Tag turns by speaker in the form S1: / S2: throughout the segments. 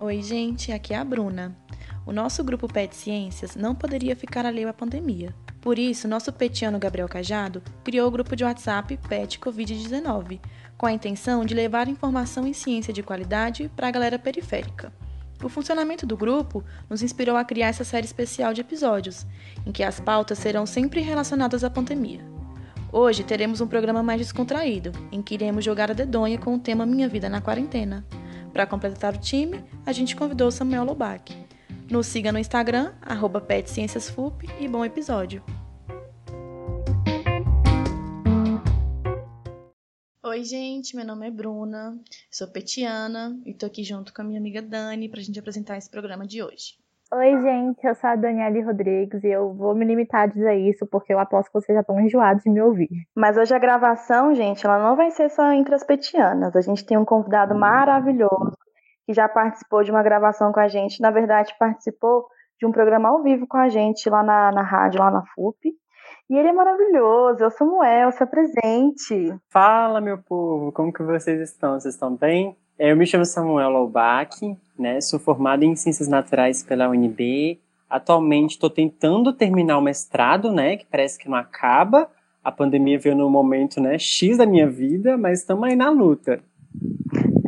S1: Oi, gente, aqui é a Bruna. O nosso grupo PET Ciências não poderia ficar alheio à pandemia. Por isso, nosso petiano Gabriel Cajado criou o grupo de WhatsApp PET Covid-19, com a intenção de levar informação em ciência de qualidade para a galera periférica. O funcionamento do grupo nos inspirou a criar essa série especial de episódios, em que as pautas serão sempre relacionadas à pandemia. Hoje teremos um programa mais descontraído, em que iremos jogar a dedonha com o tema Minha Vida na Quarentena. Para completar o time, a gente convidou Samuel Lobac. Nos siga no Instagram, arroba petcienciasfup e bom episódio! Oi, gente, meu nome é Bruna, sou petiana e tô aqui junto com a minha amiga Dani pra gente apresentar esse programa de hoje.
S2: Oi, gente, eu sou a Daniele Rodrigues e eu vou me limitar a dizer isso porque eu aposto que vocês já estão enjoados de me ouvir.
S3: Mas hoje a gravação, gente, ela não vai ser só entre as petianas. A gente tem um convidado maravilhoso que já participou de uma gravação com a gente. Na verdade, participou de um programa ao vivo com a gente lá na, na rádio, lá na FUP. E ele é maravilhoso, é o Samuel, se apresente.
S4: Fala, meu povo, como que vocês estão? Vocês estão bem? É, Eu me chamo Samuel Loubach, né? Sou formado em Ciências Naturais pela UNB. Atualmente estou tentando terminar o mestrado, né? Que parece que não acaba. A pandemia veio no momento, né? X da minha vida, mas estamos aí na luta.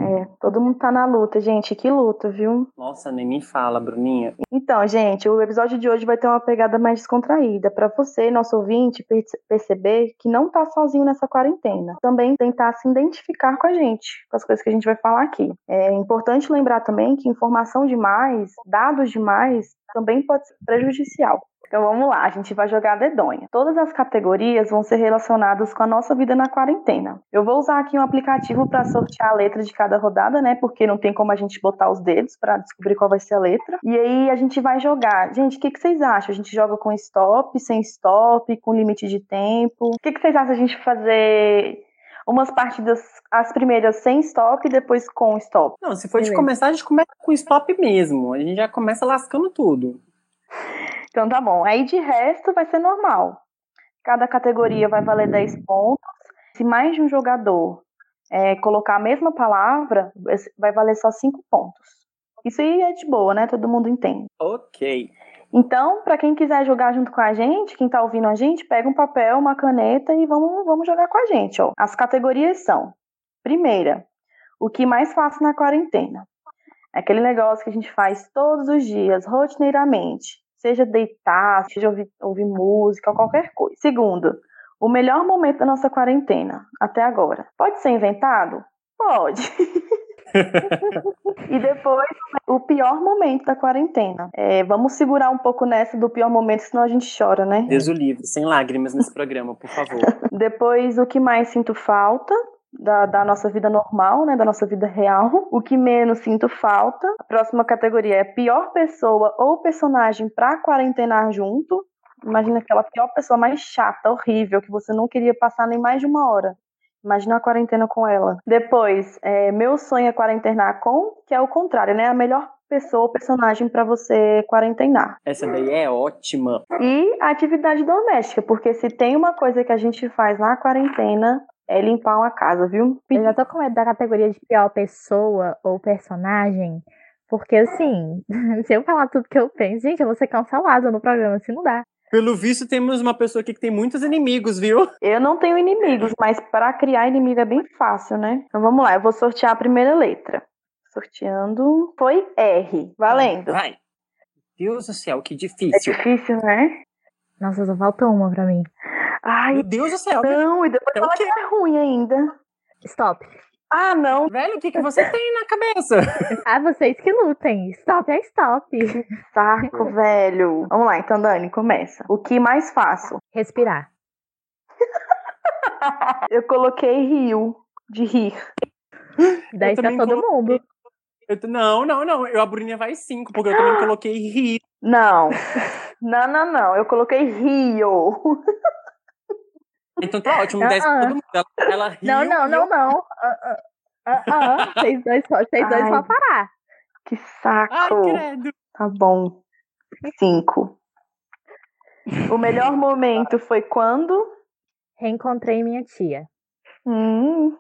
S3: É, todo mundo tá na luta, gente. Que luta, viu?
S4: Nossa, nem me fala, Bruninha.
S3: Então, gente, o episódio de hoje vai ter uma pegada mais descontraída para você, nosso ouvinte, perce- perceber que não tá sozinho nessa quarentena. Também tentar se identificar com a gente, com as coisas que a gente vai falar aqui. É importante lembrar também que informação demais, dados demais, também pode ser prejudicial. Então vamos lá, a gente vai jogar a dedonha. Todas as categorias vão ser relacionadas com a nossa vida na quarentena. Eu vou usar aqui um aplicativo para sortear a letra de cada rodada, né? Porque não tem como a gente botar os dedos para descobrir qual vai ser a letra. E aí a gente vai jogar. Gente, o que, que vocês acham? A gente joga com stop, sem stop, com limite de tempo? O que, que vocês acham a gente fazer umas partidas, as primeiras sem stop e depois com stop?
S4: Não, se for de
S2: Beleza.
S4: começar, a gente começa com stop mesmo. A gente já começa lascando tudo.
S3: Então tá bom. Aí de resto vai ser normal. Cada categoria vai valer 10 pontos. Se mais de um jogador é, colocar a mesma palavra, vai valer só 5 pontos. Isso aí é de boa, né? Todo mundo entende.
S4: Ok.
S3: Então, para quem quiser jogar junto com a gente, quem tá ouvindo a gente, pega um papel, uma caneta e vamos, vamos jogar com a gente. Ó. As categorias são: primeira, o que mais faço na quarentena. É Aquele negócio que a gente faz todos os dias, rotineiramente. Seja deitar, seja ouvir, ouvir música, ou qualquer coisa. Segundo, o melhor momento da nossa quarentena, até agora. Pode ser inventado? Pode. e depois, o pior momento da quarentena. É, vamos segurar um pouco nessa do pior momento, senão a gente chora, né?
S4: Deus o livre, sem lágrimas nesse programa, por favor.
S3: Depois, o que mais sinto falta da, da nossa vida normal, né? Da nossa vida real. O que menos sinto falta. A próxima categoria é pior pessoa ou personagem pra quarentenar junto. Imagina aquela pior pessoa mais chata, horrível, que você não queria passar nem mais de uma hora. Imagina a quarentena com ela. Depois, é, meu sonho é quarentenar com, que é o contrário, né? A melhor pessoa ou personagem pra você quarentenar.
S4: Essa daí é ótima.
S3: E a atividade doméstica, porque se tem uma coisa que a gente faz na quarentena é limpar uma casa, viu?
S2: Eu já tô com medo da categoria de pior pessoa ou personagem, porque assim, se eu falar tudo que eu penso, gente, eu vou ser cancelada no programa, assim não dá.
S4: Pelo visto, temos uma pessoa aqui que tem muitos inimigos, viu?
S3: Eu não tenho inimigos, mas para criar inimigo é bem fácil, né? Então vamos lá, eu vou sortear a primeira letra. Sorteando. Foi R. Valendo.
S4: Vai. Deus do céu, que
S3: É
S4: difícil.
S3: difícil, né?
S2: Nossa, só falta uma pra mim.
S3: Ai,
S4: Meu Deus do céu.
S3: não, e depois
S4: É o
S3: fala
S4: quê?
S3: que é ruim ainda.
S2: Stop.
S3: Ah, não.
S4: Velho, o que, que você tem na cabeça?
S2: Ah, vocês que lutem. Stop é stop.
S3: Saco, velho. Vamos lá, então, Dani, começa. O que mais faço?
S2: Respirar.
S3: Eu coloquei rio de rir.
S2: Daí pra
S4: também
S2: todo mundo.
S4: Eu t- não, não, não. Eu, a Bruninha vai cinco, porque eu também coloquei rir.
S3: Não. Não, não, não. Eu coloquei rio.
S4: Então tá ótimo, desce
S2: Ah, ah.
S4: pra todo mundo. Ela, ela riu.
S2: Não, não,
S4: e
S2: não,
S4: eu-
S2: não. Ah, ah, ah, ah. Vocês dois, só- vocês dois
S3: Ai.
S2: vão parar.
S3: Que
S4: Ai,
S3: saco.
S4: credo.
S3: tá bom. Cinco. O melhor momento foi quando?
S2: Reencontrei minha tia.
S3: Hum,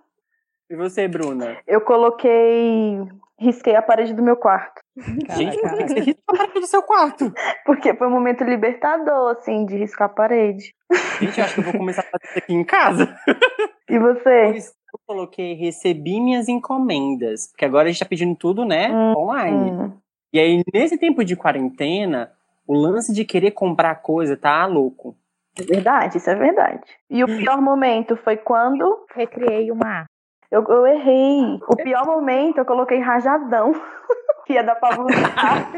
S4: E você, Bruna?
S3: Eu coloquei. Risquei a parede do meu quarto.
S4: Gente, por que que você risca a parede do seu quarto?
S3: Porque foi um momento libertador, assim, de riscar a parede.
S4: Gente, eu acho que eu vou começar a fazer isso aqui em casa.
S3: E você?
S4: Eu coloquei recebi minhas encomendas. Porque agora a gente tá pedindo tudo, né?
S3: Hum,
S4: Online.
S3: Hum.
S4: E aí, nesse tempo de quarentena, o lance de querer comprar coisa tá louco.
S3: É verdade, isso é verdade. E o pior momento foi quando
S2: Recriei uma arte.
S3: eu, eu errei. O pior momento eu coloquei rajadão. Que ia dar pra voltar.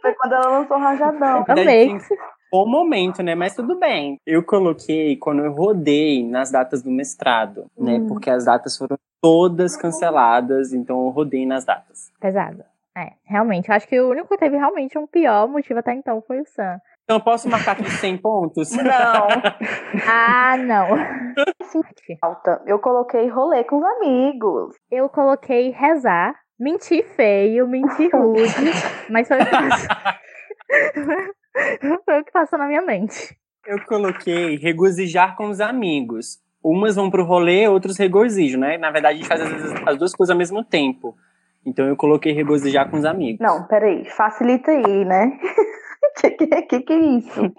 S3: Foi quando ela lançou rajadão.
S4: Daí
S2: Amei.
S4: tem O momento, né? Mas tudo bem. Eu coloquei quando eu rodei nas datas do mestrado, né?
S3: Hum.
S4: Porque as datas foram todas canceladas, então eu rodei nas datas.
S2: Pesado. É, realmente. Eu acho que o único que teve realmente um pior motivo até então foi o Sam.
S4: Então eu posso marcar aqui 100 pontos?
S3: Não,
S2: Ah, não.
S3: falta. Eu coloquei rolê com os amigos.
S2: Eu coloquei rezar, mentir feio, mentir rude, mas foi o que passou. foi o que passou na minha mente.
S4: Eu coloquei regozijar com os amigos. Umas vão pro rolê, outros regozijam, né? Na verdade, a gente faz às vezes as duas coisas ao mesmo tempo. Então eu coloquei regozijar com os amigos.
S3: Não, peraí, facilita aí, né? Que que, que que é isso?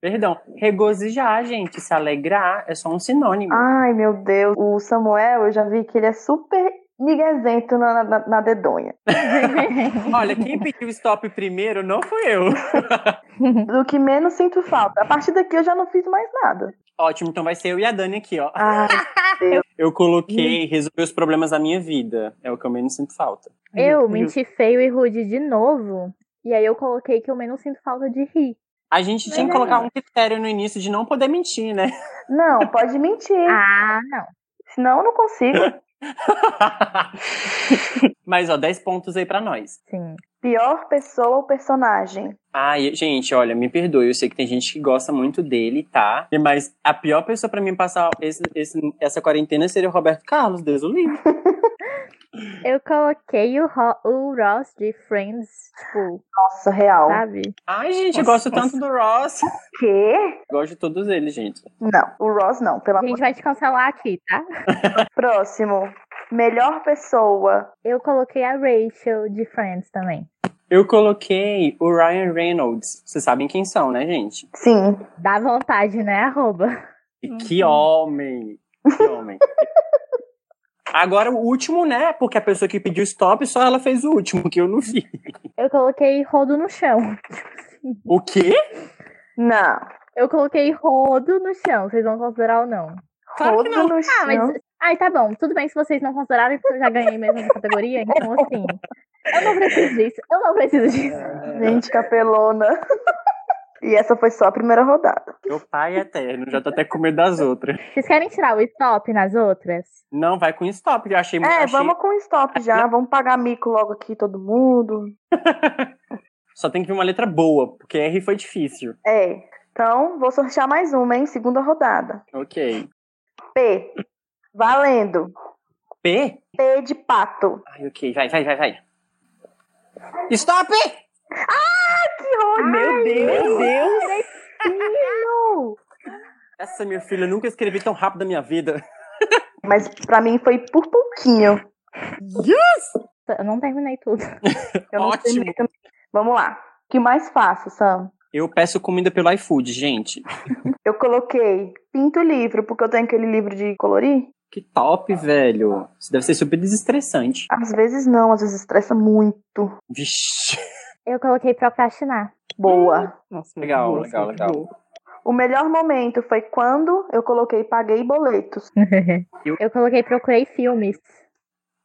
S4: Perdão. Regozijar, gente, se alegrar é só um sinônimo.
S3: Ai, meu Deus. O Samuel, eu já vi que ele é super miguezento na, na, na dedonha.
S4: Olha, quem pediu stop primeiro não foi eu.
S3: Do que menos sinto falta. A partir daqui eu já não fiz mais nada.
S4: Ótimo, então vai ser eu e a Dani aqui, ó.
S3: Ai,
S4: Eu coloquei resolver os problemas da minha vida. É o que eu menos sinto falta.
S2: Eu menti feio e rude de novo. E aí eu coloquei que eu menos sinto falta de rir.
S4: A gente tinha que colocar um critério no início de não poder mentir, né?
S3: não, pode mentir.
S2: Ah, não.
S3: Senão eu não consigo.
S4: Mas, ó, 10 pontos aí pra nós.
S2: Sim.
S3: Pior pessoa ou personagem?
S4: Ai, gente, olha, me perdoe. Eu sei que tem gente que gosta muito dele, tá? Mas a pior pessoa pra mim passar esse- esse- essa quarentena seria o Roberto Carlos, Deus o livre.
S2: Eu coloquei o, Ro- o Ross de Friends, tipo,
S3: Nossa, real.
S2: sabe?
S4: Ai, gente, eu
S3: Nossa,
S4: gosto tanto do Ross.
S3: Quê?
S4: Gosto de todos eles, gente.
S3: Não, o Ross não, pelo
S2: A
S3: amor
S2: gente vai te cancelar aqui, tá?
S3: Próximo. Melhor pessoa.
S2: Eu coloquei a Rachel de Friends também.
S4: Eu coloquei o Ryan Reynolds. Vocês sabem quem são, né, gente?
S3: Sim.
S2: Dá vontade, né? Arroba.
S4: E Que homem! Que homem. Agora o último, né? Porque a pessoa que pediu stop, só ela fez o último, que eu não vi.
S2: Eu coloquei rodo no chão.
S4: O quê?
S3: Não.
S2: Eu coloquei rodo no chão, vocês vão considerar ou não?
S4: Claro que
S3: Rodo no chão.
S2: Ah, mas. Ai, tá bom. Tudo bem se vocês não considerarem, porque eu já ganhei mesmo essa categoria, então assim. Eu não preciso disso. Eu não preciso disso.
S3: Gente, capelona. E essa foi só a primeira rodada.
S4: Meu pai é eterno, já tô até com medo das outras.
S2: Vocês querem tirar o stop nas outras?
S4: Não, vai com stop, eu achei muito.
S3: É,
S4: Hum, achei-
S3: vamos com stop já. Vamos pagar mico logo aqui, todo mundo.
S4: Só tem que vir uma letra boa, porque R foi difícil.
S3: É. Então, vou sortear mais uma, hein? Segunda rodada.
S4: Ok.
S3: P. Valendo.
S4: P?
S3: P de pato.
S4: Ai, ok, vai, vai, vai, vai. Stop!
S3: Ah, Que rolê.
S4: Meu Deus! Meu Deus!
S2: Não!
S4: Essa minha filha, eu nunca escrevi tão rápido na minha vida.
S3: Mas pra mim foi por pouquinho.
S2: Eu não terminei tudo.
S3: Eu não sei
S4: Ótimo.
S3: nem também. Vamos lá. O que mais faço, Sam?
S4: Eu peço comida pelo iFood, gente.
S3: Eu coloquei pinto livro, porque eu tenho aquele livro de colorir.
S4: Que top, velho. Isso deve ser super desestressante.
S3: Às vezes não, às vezes estressa muito.
S4: Vixe.
S2: Eu coloquei procrastinar.
S3: Boa.
S5: Nossa,
S4: Legal,
S5: muito
S4: legal,
S5: muito
S4: legal.
S5: boa.
S3: O melhor momento foi quando eu coloquei paguei boletos.
S2: Eu coloquei procurei filmes.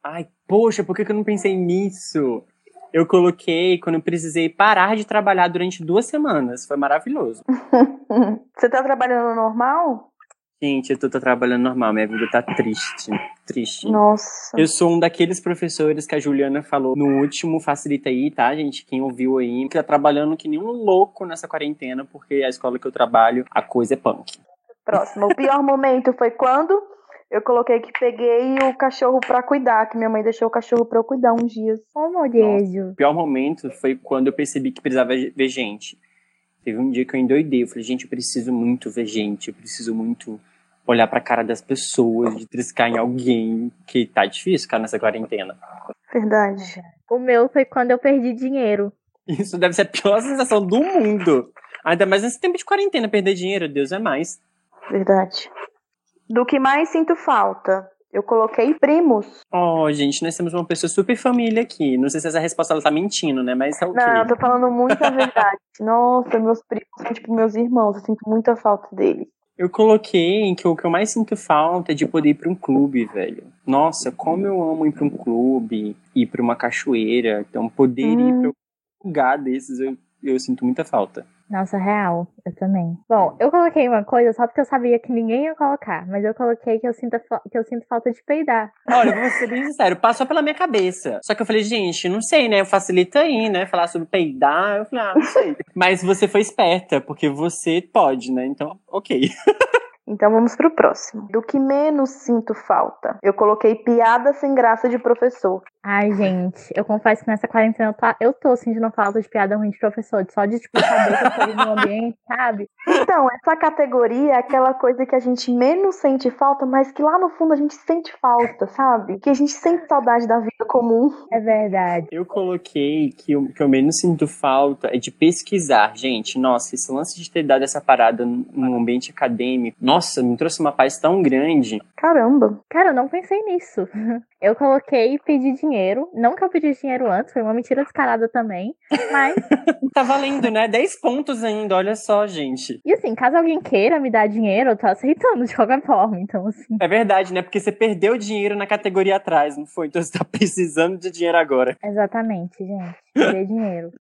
S4: Ai, poxa, por que que eu não pensei nisso? Eu coloquei quando eu precisei parar de trabalhar durante duas semanas. Foi maravilhoso.
S3: Você tá trabalhando normal?
S4: Gente, eu tô, tô trabalhando normal, minha vida tá triste. Triste.
S3: Nossa.
S4: Eu sou um daqueles professores que a Juliana falou no último Facilita aí, tá, gente? Quem ouviu aí, que tá trabalhando que nem um louco nessa quarentena, porque a escola que eu trabalho, a coisa é punk.
S3: Próximo. O pior momento foi quando eu coloquei que peguei o cachorro pra cuidar, que minha mãe deixou o cachorro pra eu cuidar uns dias.
S2: Como desejo.
S4: O pior momento foi quando eu percebi que precisava ver gente. Teve um dia que eu endoidei. Eu falei, gente, eu preciso muito ver gente. Eu preciso muito olhar pra cara das pessoas, de triscar em alguém, que tá difícil ficar nessa quarentena.
S3: Verdade.
S2: O meu foi quando eu perdi dinheiro.
S4: Isso deve ser a pior sensação do mundo. Ainda mais nesse tempo de quarentena, perder dinheiro, Deus é mais.
S3: Verdade. Do que mais sinto falta? Eu coloquei primos.
S4: Oh, gente, nós temos uma pessoa super família aqui. Não sei se essa resposta ela tá mentindo, né? Mas tá ok.
S3: Não, eu tô falando muita verdade. Nossa, meus primos são tipo meus irmãos. Eu sinto muita falta deles.
S4: Eu coloquei que o que eu mais sinto falta é de poder ir pra um clube, velho. Nossa, como eu amo ir pra um clube, ir pra uma cachoeira. Então, poder ir pra um lugar desses, eu, eu sinto muita falta.
S2: Nossa, real, eu também. Bom, eu coloquei uma coisa só porque eu sabia que ninguém ia colocar, mas eu coloquei que eu sinto, fa- que eu sinto falta de peidar.
S4: Olha, eu vou ser bem sincero, passou pela minha cabeça. Só que eu falei, gente, não sei, né? Facilita aí, né? Falar sobre peidar. Eu falei, ah, não sei. Mas você foi esperta, porque você pode, né? Então, ok.
S3: Então vamos pro próximo. Do que menos sinto falta? Eu coloquei piada sem graça de professor.
S2: Ai, gente, eu confesso que nessa quarentena eu tô, eu tô sentindo falta de piada ruim de professor, de só de tipo saber que eu tô ali no ambiente, sabe?
S3: Então, essa categoria é aquela coisa que a gente menos sente falta, mas que lá no fundo a gente sente falta, sabe? Que a gente sente saudade da vida comum.
S2: É verdade.
S4: Eu coloquei que o que eu menos sinto falta é de pesquisar, gente. Nossa, esse lance de ter dado essa parada no- no ambiente acadêmico, nossa, me trouxe uma paz tão grande.
S3: Caramba.
S2: Cara, eu não pensei nisso. Eu coloquei pedir dinheiro. Não que eu pedi dinheiro antes, foi uma mentira descarada também. Mas,
S4: Tá valendo, né? 10 pontos ainda, olha só, gente.
S2: e assim, caso alguém queira me dar dinheiro, eu tô aceitando de qualquer forma. Então, assim,
S4: É verdade, né? Porque você perdeu dinheiro na categoria atrás, não foi? Então você tá precisando de dinheiro agora.
S2: exatamente, gente. Pedir dinheiro.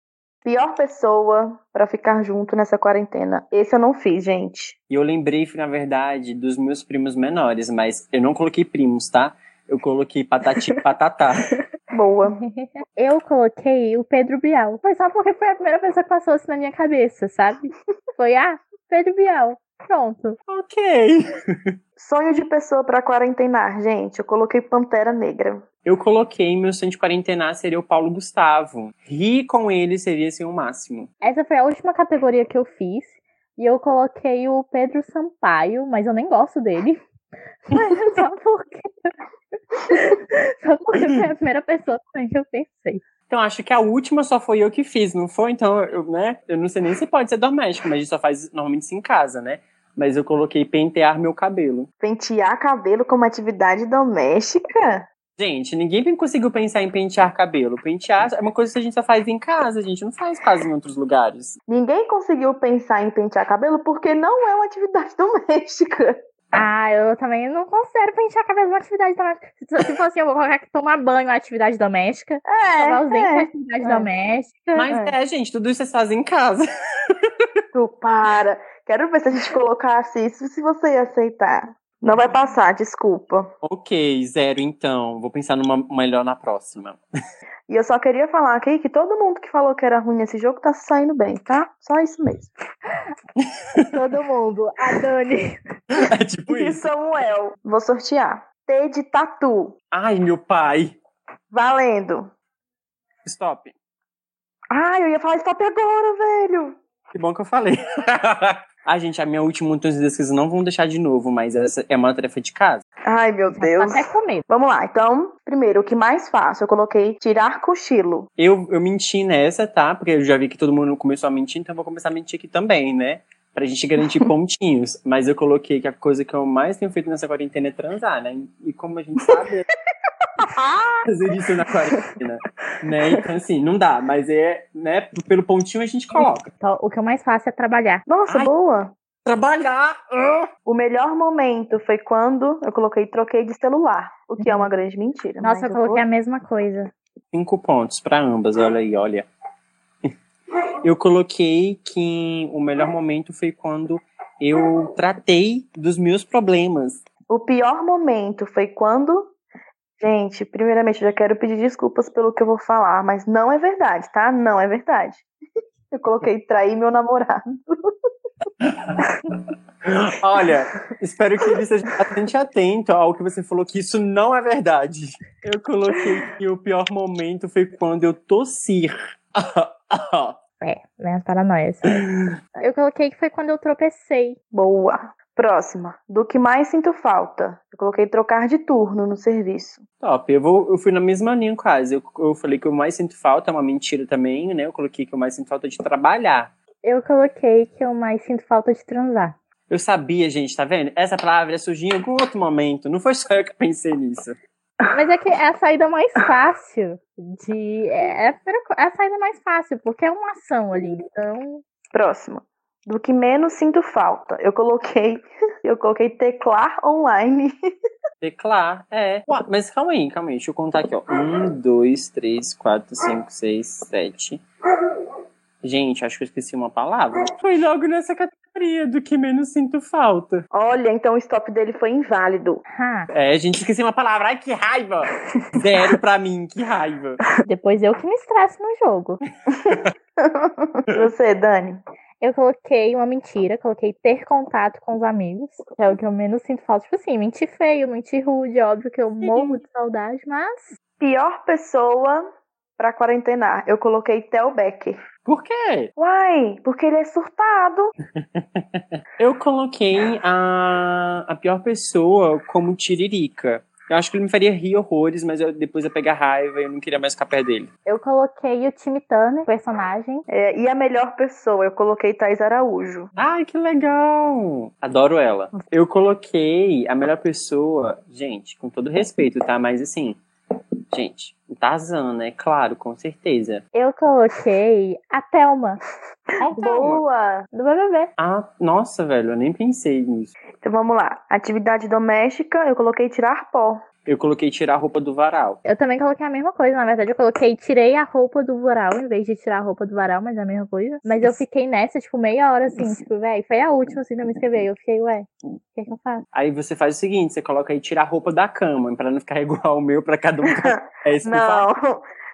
S3: Pior pessoa pra ficar junto nessa quarentena. Esse eu não fiz, gente.
S4: E eu lembrei, na verdade, dos meus primos menores, mas eu não coloquei primos, tá? Eu coloquei patati e patatá.
S3: Boa.
S2: Eu coloquei o Pedro Bial. Foi só porque foi a primeira pessoa que passou assim na minha cabeça, sabe? Foi, ah, Pedro Bial. Pronto.
S4: ok.
S3: Sonho de pessoa pra quarentenar, gente. Eu coloquei Pantera Negra.
S4: Eu coloquei, meu sonho de quarentenar seria o Paulo Gustavo. Rir com ele seria, assim, o máximo.
S2: Essa foi a última categoria que eu fiz. E eu coloquei o Pedro Sampaio, mas eu nem gosto dele. Mas é só porque. só porque foi a primeira pessoa também que eu pensei.
S4: Então, acho que a última só foi eu que fiz, não foi? Então, eu, né? Eu não sei nem se pode ser doméstico, mas a gente só faz normalmente isso em casa, né? Mas eu coloquei pentear meu cabelo.
S3: Pentear cabelo como atividade doméstica?
S4: Gente, ninguém conseguiu pensar em pentear cabelo. Pentear é uma coisa que a gente só faz em casa, a gente não faz quase em outros lugares.
S3: Ninguém conseguiu pensar em pentear cabelo porque não é uma atividade doméstica.
S2: Ah, eu também não considero pentear a cabeça uma atividade doméstica. Se se fosse assim, eu vou colocar que tomar banho é uma atividade doméstica. Lavar os dentes é uma
S3: É,
S2: atividade
S3: é.
S2: doméstica.
S4: Mas
S3: É.
S4: é. gente, tudo isso vocês fazem em casa.
S3: Tu para. Quero ver se a gente colocasse isso, se você ia aceitar. Não vai passar, desculpa.
S4: ok, zero então. Vou pensar numa melhor na próxima.
S3: E eu só queria falar aqui que todo mundo que falou que era ruim nesse jogo tá se saindo bem, tá? Só isso mesmo.
S2: Todo mundo. A Dani.
S4: É tipo
S3: E
S4: isso.
S3: Samuel, vou sortear. T de tatu.
S4: Ai, meu pai.
S3: Valendo.
S4: Stop.
S3: Ai, eu ia falar stop agora, velho.
S4: Que bom que eu falei. Ai, gente, a minha última montão de pesquisa não vão deixar de novo, mas essa é uma tarefa de casa.
S3: Ai, meu
S2: Tá
S3: Deus.
S2: até com medo.
S3: Vamos lá, então, primeiro, o que mais faço? Eu coloquei tirar cochilo.
S4: Eu, eu menti nessa, tá? Porque eu já vi que todo mundo começou a mentir, então eu vou começar a mentir aqui também, né? Pra gente garantir pontinhos. Mas eu coloquei que a coisa que eu mais tenho feito nessa quarentena é transar, né? E como a gente sabe, fazer isso na quarentena, né? Então, assim, não dá. Mas é, né? Pelo pontinho a gente coloca.
S2: Então, o que eu mais faço é trabalhar.
S3: Nossa,
S4: Ai.
S3: boa.
S4: Trabalhar! ah!
S3: O melhor momento foi quando eu coloquei troquei de celular, o que é uma grande mentira.
S2: Nossa,
S3: mas
S2: eu coloquei a mesma coisa.
S4: Cinco pontos pra ambas, olha aí, olha. Eu coloquei que o melhor momento foi quando eu tratei dos meus problemas.
S3: O pior momento foi quando. Gente, primeiramente, eu já quero pedir desculpas pelo que eu vou falar, mas não é verdade, tá? Não é verdade. Eu coloquei trair meu namorado.
S4: Olha, espero que ele seja bastante atento ao que você falou, que isso não é verdade. Eu coloquei que o pior momento foi quando eu tossir.
S2: É, né? Paranoias. Eu coloquei que foi quando eu tropecei.
S3: Boa. Próxima. Do que mais sinto falta? Eu coloquei trocar de turno no serviço.
S4: Top. Eu, vou, eu fui na mesma linha quase. Eu, eu falei que eu mais sinto falta, é uma mentira também, né? Eu coloquei que eu mais sinto falta de trabalhar.
S2: Eu coloquei que eu mais sinto falta de transar.
S4: Eu sabia, gente, tá vendo? Essa palavra ia surgir em algum outro momento. Não foi só eu que pensei nisso.
S2: Mas é que é a saída mais fácil de. É a, primeira co- é a saída mais fácil, porque é uma ação ali. Então,
S3: Próxima. Do que menos sinto falta? Eu coloquei. Eu coloquei teclar online.
S4: Teclar, é. Uá, mas calma aí, calma aí. Deixa eu contar aqui, ó. Um, dois, três, quatro, cinco, seis, sete. Gente, acho que eu esqueci uma palavra. Foi logo nessa categoria do que menos sinto falta.
S3: Olha, então o stop dele foi inválido.
S2: ha,
S4: É, gente, esqueci uma palavra. Ai, que raiva! Zero pra mim, que raiva.
S2: depois eu que me estresse no jogo.
S3: Você, Dani.
S2: Eu coloquei uma mentira, coloquei ter contato com os amigos, que é o que eu menos sinto falta. Tipo assim, mentir feio, mentir rude, óbvio que eu morro de saudade, mas
S3: Pior pessoa pra quarentenar. Eu coloquei Theo Becker.
S4: Por quê?
S3: Uai, porque ele é surtado.
S4: Eu coloquei a, a pior pessoa como tiririca. Eu acho que ele me faria rir horrores, mas eu- depois ia pegar raiva e eu não queria mais ficar perto dele.
S2: eu coloquei o time Turner, personagem.
S3: É, e a melhor pessoa? Eu coloquei Thais Araújo.
S4: Ai, que legal! Adoro ela. Eu coloquei a melhor pessoa, gente, com todo respeito, tá? Mas assim, gente, o Tarzan, né? Claro, com certeza.
S2: Eu coloquei a Thelma,
S3: Boa!
S2: do BBB.
S4: Ah, nossa, velho, eu nem pensei nisso.
S3: Então vamos lá. Atividade doméstica, eu coloquei tirar pó.
S4: Eu coloquei tirar a roupa do varal.
S2: Eu também coloquei a mesma coisa, na verdade. Eu coloquei, tirei a roupa do varal, em vez de tirar a roupa do varal, mas é a mesma coisa. Mas eu fiquei nessa, tipo, meia hora, assim, tipo, véi, foi a última, assim, pra me escrever. Eu fiquei, ué, o que é que eu faço?
S4: Aí você faz o seguinte, você coloca aí tirar a roupa da cama, pra não ficar igual o meu, pra cada um. É isso que eu faço.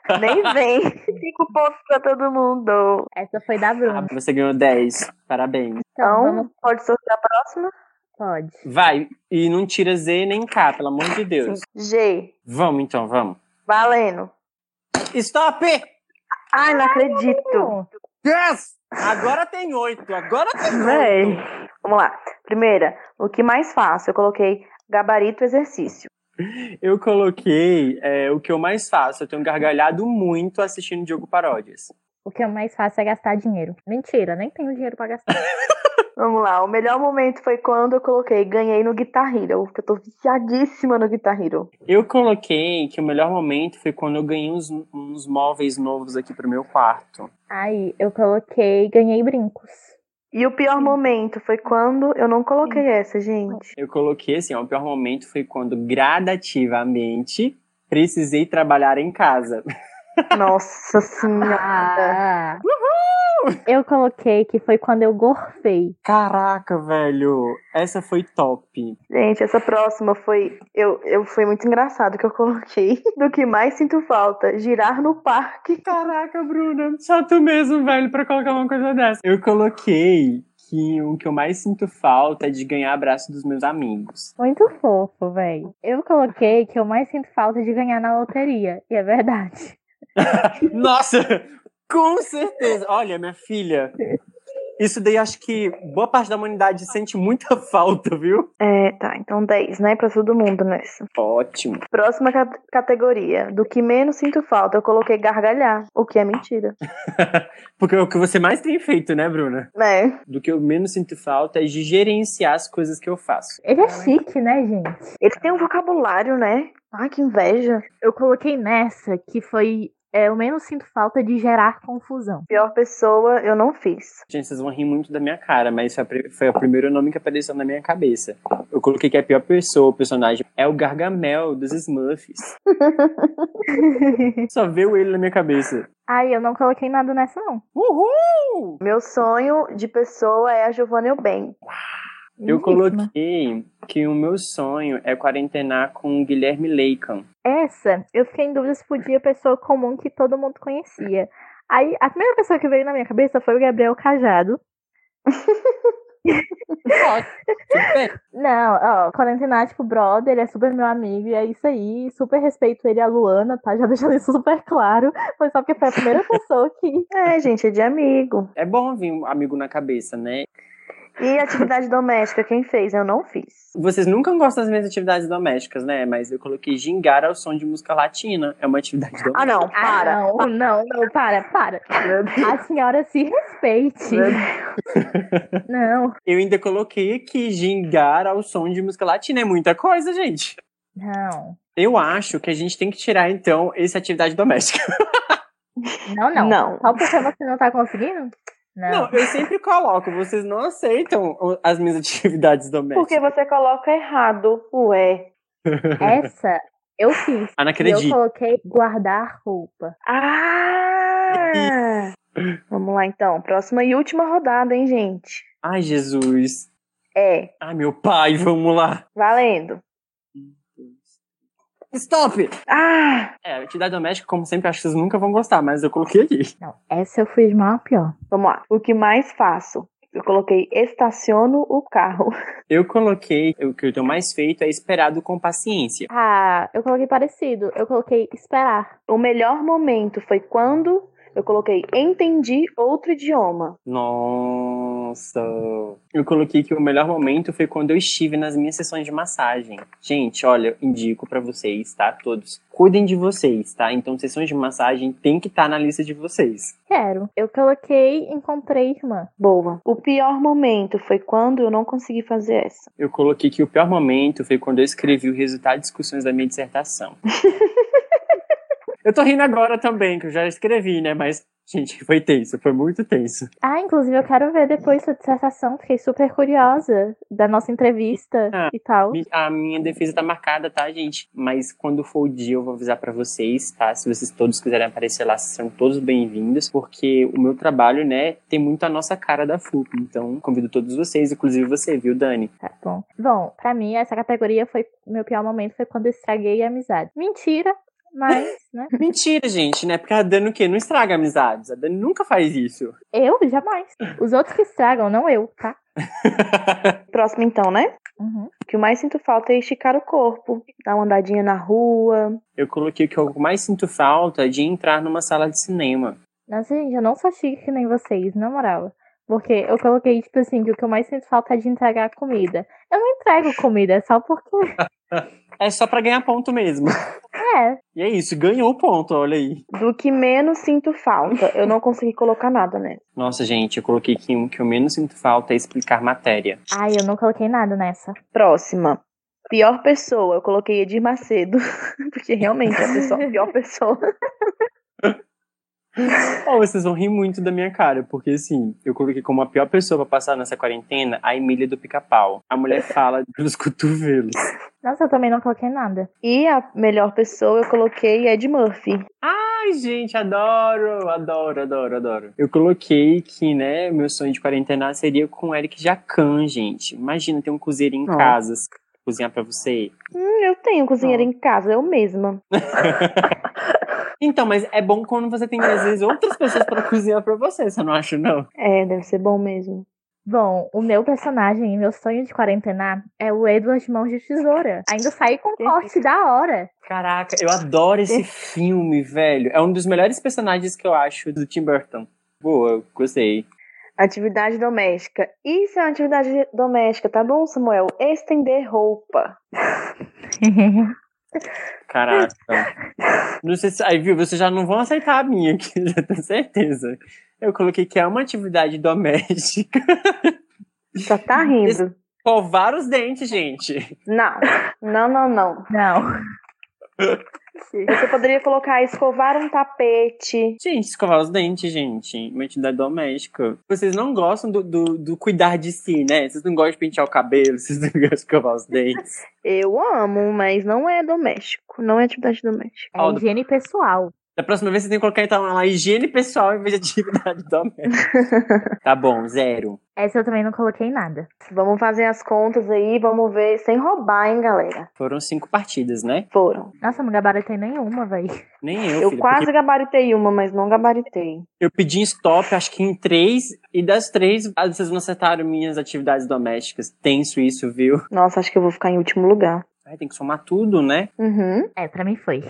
S3: Não, nem vem. Cinco pontos pra todo mundo.
S2: Essa foi da
S4: Ah,
S2: Bruna.
S4: Você ganhou 10. Parabéns.
S2: Então,
S3: Então,
S2: vamos,
S3: pode sortear a próxima?
S2: pode.
S4: Vai, e não tira Z nem K, pelo amor de Deus.
S3: G.
S4: Vamos então, vamos.
S3: Valendo.
S4: Stop!
S3: Ai, não acredito.
S2: Bom,
S4: Yes! Agora tem oito, agora tem
S3: Véi.
S4: oito.
S3: Né, Vamos lá. Primeira, o que mais faço? Eu coloquei gabarito exercício.
S4: Eu coloquei é, o que eu mais faço. Eu tenho gargalhado muito assistindo Diogo Paródias.
S2: o que eu mais faço é gastar dinheiro. Mentira, nem tenho dinheiro pra gastar.
S3: Vamos lá. O melhor momento foi quando eu coloquei ganhei no Guitar Hero, porque eu tô viciadíssima no Guitar Hero.
S4: Eu coloquei que o melhor momento foi quando eu ganhei uns, uns móveis novos aqui pro meu quarto.
S2: Aí, eu coloquei, ganhei brincos.
S3: E o pior momento foi quando eu não coloquei essa, gente.
S4: Eu coloquei assim, ó, o pior momento foi quando gradativamente precisei trabalhar em casa.
S3: Nossa senhora.
S2: Ah! Eu coloquei que foi quando eu gorfei.
S4: Caraca, velho, essa foi top.
S3: Gente, essa próxima foi. Eu, eu foi muito engraçado que eu coloquei. Do que mais sinto falta? Girar no parque.
S4: Caraca, Bruna, só tu mesmo, velho, pra colocar uma coisa dessa. Eu coloquei que o que eu mais sinto falta é de ganhar abraço dos meus amigos.
S2: Muito fofo, véi. Eu coloquei que eu mais sinto falta de ganhar na loteria. E é verdade.
S4: Nossa, com certeza. Olha, minha filha, isso daí acho que boa parte da humanidade sente muita falta, viu?
S3: É, tá. Então 10, né? Pra todo mundo nessa.
S4: Ótimo.
S3: Próxima ca- categoria. Do que menos sinto falta? Eu coloquei gargalhar. O que é mentira.
S4: Porque é o que você mais tem feito, né, Bruna?
S3: Né?
S4: Do que eu menos sinto falta é de gerenciar as coisas que eu faço.
S2: Ele é chique, né, gente?
S3: Ele tem um vocabulário, né? Ai, que inveja.
S2: Eu coloquei nessa que foi. é, eu menos sinto falta de gerar confusão.
S3: Pior pessoa, eu não fiz.
S4: Gente, vocês vão rir muito da minha cara, mas foi, a pri- foi o primeiro nome que apareceu na minha cabeça. Eu coloquei que a pior pessoa, o personagem, é o Gargamel dos Smurfs. Só veio ele na minha cabeça.
S2: Ai, eu não coloquei nada nessa, não.
S4: Uhul!
S3: Meu sonho de pessoa é a Giovanna Eubank.
S2: É
S4: Eu
S1: Lindíssima.
S4: coloquei que o meu sonho é quarentenar com o Guilherme Leican.
S2: Essa, eu fiquei em dúvida se podia pessoa comum que todo mundo conhecia. Aí, a primeira pessoa que veio na minha cabeça foi o Gabriel Cajado.
S4: Tudo bem.
S2: Não, ó, quarentena, tipo, brother, ele é super meu amigo, e é isso aí. Super respeito ele, a Luana, tá? Já deixando isso super claro. Foi só porque foi a primeira pessoa que.
S3: É, gente, é de amigo.
S4: É bom vir um amigo na cabeça, né?
S3: E atividade doméstica, quem fez? Eu não fiz.
S4: Vocês nunca gostam das minhas atividades domésticas, né? Mas eu coloquei gingar ao som de música latina. É uma atividade doméstica.
S3: Ah, não,
S2: Ah,
S3: para.
S2: não, não, não, para, para. A senhora se respeite. Não,
S4: Eu ainda coloquei aqui gingar ao som de música latina. É muita coisa, gente.
S2: não.
S4: Eu acho que a gente tem que tirar, então, essa atividade doméstica.
S2: Não, não.
S3: Não.
S2: Só porque você não tá conseguindo? Não.
S4: Não, eu sempre coloco. Vocês não aceitam o- as minhas atividades domésticas.
S3: Porque você coloca errado. Ué.
S2: Essa eu fiz.
S4: Ah, não
S2: E eu
S4: acredito.
S2: coloquei guardar roupa.
S3: Ah! Vamos lá então. Próxima e última rodada, hein, gente?
S4: Ai, Jesus.
S3: É.
S4: Ai, meu pai, vamos lá.
S3: Valendo.
S4: Stop!
S3: Ah!
S4: É, atividade doméstica, como sempre, acho que vocês nunca vão gostar, mas eu coloquei aqui.
S2: Não, essa eu fiz mal a pior.
S3: Vamos lá. O que mais faço? Eu coloquei estaciono o carro.
S4: Eu coloquei, o que eu tenho mais feito é esperado com paciência.
S2: Ah, eu coloquei parecido. Eu coloquei esperar.
S3: O melhor momento foi quando eu coloquei entendi outro idioma.
S4: Nossa! Eu coloquei que o melhor momento foi quando eu estive nas minhas sessões de massagem. Gente, olha, eu indico pra vocês, tá? Todos. Cuidem de vocês, tá? Então, sessões de massagem tem que estar na lista de vocês.
S2: Quero. Eu coloquei encontrei irmã.
S3: Boa. O pior momento foi quando eu não consegui fazer essa.
S4: Eu coloquei que o pior momento foi quando eu escrevi o resultado de discussões da minha dissertação. eu tô rindo agora também, que eu já escrevi, né? Mas, gente, foi tenso, foi muito tenso.
S2: Ah, inclusive eu quero ver depois sua dissertação. Fiquei super curiosa da nossa entrevista
S4: Ah,
S2: e tal.
S4: Mi- A minha defesa tá marcada, tá, gente? Mas quando for o dia, eu vou avisar pra vocês, tá? Se vocês todos quiserem aparecer lá, vocês são todos bem-vindos, porque o meu trabalho, né, tem muito a nossa cara da FUP. Então, convido todos vocês, inclusive você, viu, Dani?
S2: Tá bom. Bom, pra mim essa categoria foi meu pior momento foi quando eu estraguei a amizade. Mentira, mas, né?
S4: Mentira, gente, né? Porque a Dani o quê? Não estraga amizades. A Dani nunca faz isso.
S2: Eu jamais. Os outros que estragam, não eu, tá?
S3: Próximo então, né?
S2: Uhum.
S3: O que eu mais sinto falta é esticar o corpo, dar uma andadinha na rua.
S4: Eu coloquei que eu mais sinto falta é de entrar numa sala de cinema.
S2: Nossa, gente, eu Assim, não sou chique que nem vocês, na moral. Porque eu coloquei, tipo assim, que o que eu mais sinto falta é de entregar comida. Eu não entrego comida, é só porque.
S4: É só pra ganhar ponto mesmo.
S2: É,
S4: E é isso, ganhou ponto, olha aí.
S3: Do que menos sinto falta, eu não consegui colocar nada nessa.
S4: Nossa, gente, eu coloquei que o que eu menos sinto falta é explicar matéria.
S2: Ai, eu não coloquei nada nessa.
S3: Próxima. Pior pessoa, eu coloquei Edir Macedo, porque realmente é a pessoa, a pior pessoa.
S4: Oh, vocês vão rir muito da minha cara, porque assim, eu coloquei como a pior pessoa pra passar nessa quarentena a Emília do Pica-Pau. A mulher fala pelos cotovelos.
S2: Nossa, eu também não coloquei nada.
S3: E a melhor pessoa, eu coloquei Ed Murphy. Hum,
S4: Ai, gente, adoro, adoro, adoro, adoro. Eu coloquei que, né, meu sonho de quarentena seria com o Eric Jacan, gente. Imagina ter um cozinheiro em
S3: Nossa.
S4: casa, assim, cozinhar pra você.
S3: Hum, eu tenho cozinheira em casa, eu mesma.
S4: Então, mas é bom quando você tem, às vezes, outras pessoas pra cozinhar pra você, você não acha, não?
S3: É, deve ser bom mesmo.
S2: Bom, o meu personagem, meu sonho de quarentena é o Edward Mãos de Tesoura. Ainda saí com um corte da hora.
S4: Caraca, eu adoro esse filme, velho. É um dos melhores personagens que eu acho do Tim Burton. Boa, eu gostei.
S3: Atividade doméstica. Isso é uma atividade doméstica, tá bom, Samuel? Estender roupa.
S4: Caraca. Não sei se. Aí, viu? Vocês já não vão aceitar a minha aqui, já tenho certeza. Eu coloquei que é uma atividade doméstica.
S3: Só tá rindo.
S4: Escovar os dentes, gente.
S3: Não, não, não, não.
S2: Não.
S3: Você poderia colocar escovar um tapete.
S4: Gente, escovar os dentes, gente. Uma atividade doméstica. Vocês não gostam do, do, do cuidar de si, né? Vocês não gostam de pentear o cabelo, vocês não gostam de escovar os dentes.
S3: Eu amo, mas não é doméstico. Não é atividade doméstica.
S2: É
S4: Aldo.
S2: higiene pessoal.
S4: Da próxima vez você tem que colocar então lá higiene pessoal em vez de atividade doméstica. tá bom, zero.
S2: Essa eu também não coloquei nada.
S3: Vamos fazer as contas aí, vamos ver. Sem roubar, hein, galera?
S4: Foram cinco partidas, né?
S3: Foram.
S2: Nossa, não gabaritei nenhuma, véi.
S4: Nem eu,
S3: Eu
S4: filha,
S3: quase
S4: porque
S3: gabaritei uma, mas não gabaritei.
S4: eu pedi em stop, acho que em três, e das três, ah, vocês não acertaram minhas atividades domésticas. Tenso isso, viu?
S3: Nossa, acho que eu vou ficar em último lugar.
S4: Ai, tem que somar tudo, né?
S3: Uhum.
S2: É, pra mim foi.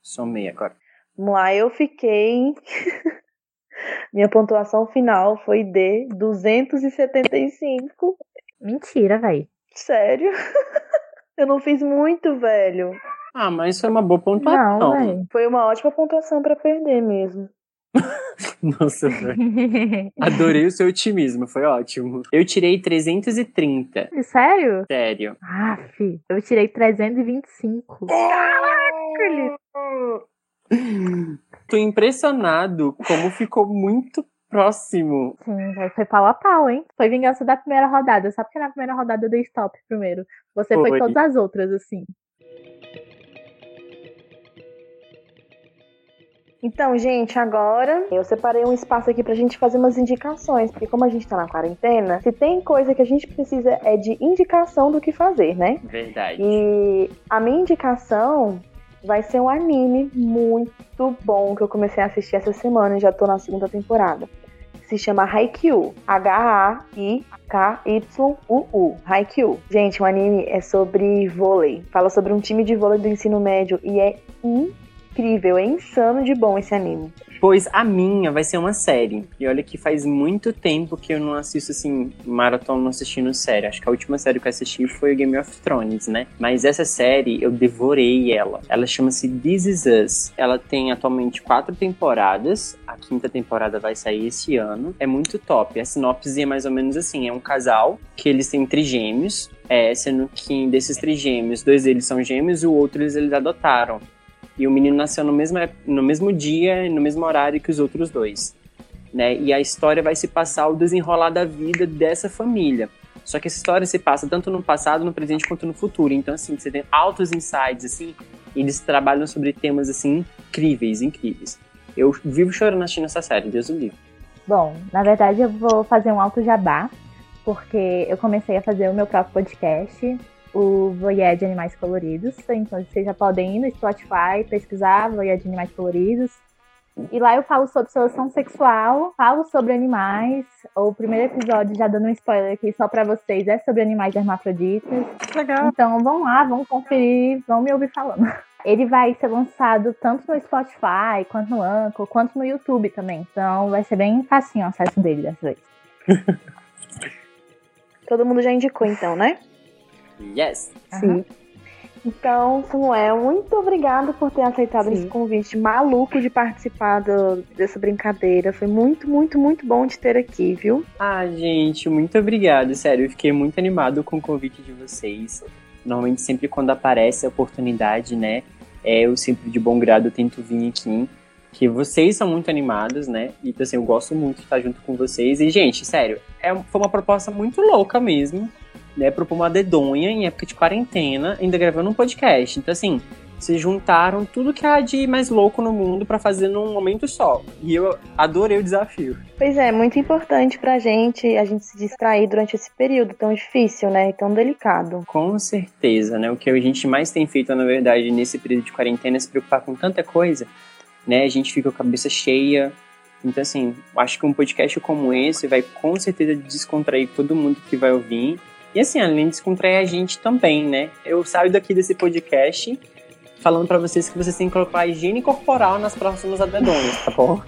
S4: Somei agora.
S3: Vamos lá, eu fiquei Minha pontuação final foi de 275.
S2: Mentira, velho.
S3: Sério? Eu não fiz muito, velho.
S4: Ah, mas isso é uma boa pontuação.
S2: Não, velho.
S3: Foi uma ótima pontuação pra perder mesmo.
S4: Nossa, velho. Adorei o seu otimismo, foi ótimo. Eu tirei 330.
S2: Sério?
S4: Sério.
S2: Aff, eu tirei 325.
S4: Tô impressionado como ficou muito próximo.
S2: Sim, véi, foi pau a pau, hein? Foi vingança da primeira rodada. Sabe que na primeira rodada eu dei stop primeiro. Você foi,
S4: Foi.
S2: todas as outras, assim.
S3: Então, gente, agora eu separei um espaço aqui pra gente fazer umas indicações, porque como a gente tá na quarentena, se tem coisa que a gente precisa é de indicação do que fazer, né?
S4: Verdade.
S3: E a minha indicação vai ser um anime muito bom que eu comecei a assistir essa semana e já tô na segunda temporada. Se chama Haikyuu. H-A-I-K-Y-U-U. Haikyuu. Gente, o anime é sobre vôlei. Fala sobre um time de vôlei do ensino médio e é incrível, é insano de bom esse anime.
S4: Pois a minha vai ser uma série. E olha que faz muito tempo que eu não assisto, assim, maratona assistindo série. Acho que a última série que eu assisti foi Game of Thrones, né? Mas essa série, eu devorei ela. Ela chama-se This Is Us. Ela tem atualmente quatro temporadas. A quinta temporada vai sair esse ano. É muito top. A sinopse é mais ou menos assim: é um casal que eles têm trigêmeos. É, sendo que desses trigêmeos, dois deles são gêmeos e o outro eles, eles adotaram. E o menino nasceu no mesmo, no mesmo dia, no mesmo horário que os outros dois. Né? E a história vai se passar ao desenrolar da vida dessa família. Só que essa história se passa tanto no passado, no presente quanto no futuro. Então, assim, você tem altos insights, assim, e eles trabalham sobre temas, assim, incríveis, incríveis. Eu vivo chorando assistindo essa série, Deus o livre.
S2: Bom, na verdade eu vou fazer um alto jabá, porque eu comecei a fazer o meu próprio podcast, o Voyage de Animais Coloridos. Então vocês já podem ir no Spotify, pesquisar Voyage de Animais Coloridos. E lá eu falo sobre seleção sexual, falo sobre animais. O primeiro episódio, já dando um spoiler aqui só pra vocês, é sobre animais hermafroditas.
S4: Legal.
S2: Então vão lá, vão conferir, vão me ouvir falando. Ele vai ser lançado tanto no Spotify, quanto no Anchor, quanto no YouTube também. Então vai ser bem facinho o acesso dele dessa vez.
S3: Todo mundo já indicou então, né?
S4: Yes!
S2: Aham.
S3: Então, Samuel, muito obrigado por ter aceitado
S2: Sim.
S3: esse convite maluco de participar do- dessa brincadeira. Foi muito, muito, muito bom te ter aqui, viu?
S4: Ah, gente, muito obrigado, sério. Eu fiquei muito animado com o convite de vocês. Normalmente, sempre quando aparece a oportunidade, né? é, eu sempre de bom grado tento vir aqui. Que vocês são muito animados, né? E então, assim, eu gosto muito de estar junto com vocês. E, gente, sério, é, um- foi uma proposta muito louca mesmo, né? Propor uma dedonha em época de quarentena, ainda gravando um podcast. Então, assim, se juntaram tudo que há de mais louco no mundo pra fazer num momento só. E eu adorei o desafio.
S3: Pois é, muito importante pra gente a gente se distrair durante esse período tão difícil, né? E tão delicado.
S4: Com certeza, né? O que a gente mais tem feito, na verdade, nesse período de quarentena é se preocupar com tanta coisa, né? A gente fica com a cabeça cheia. Então, assim, acho que um podcast como esse vai com certeza descontrair todo mundo que vai ouvir. E, assim, além de descontrair a gente também, né? Eu saio daqui desse podcast falando pra vocês que vocês têm que colocar a higiene corporal nas próximas adedonas, tá bom?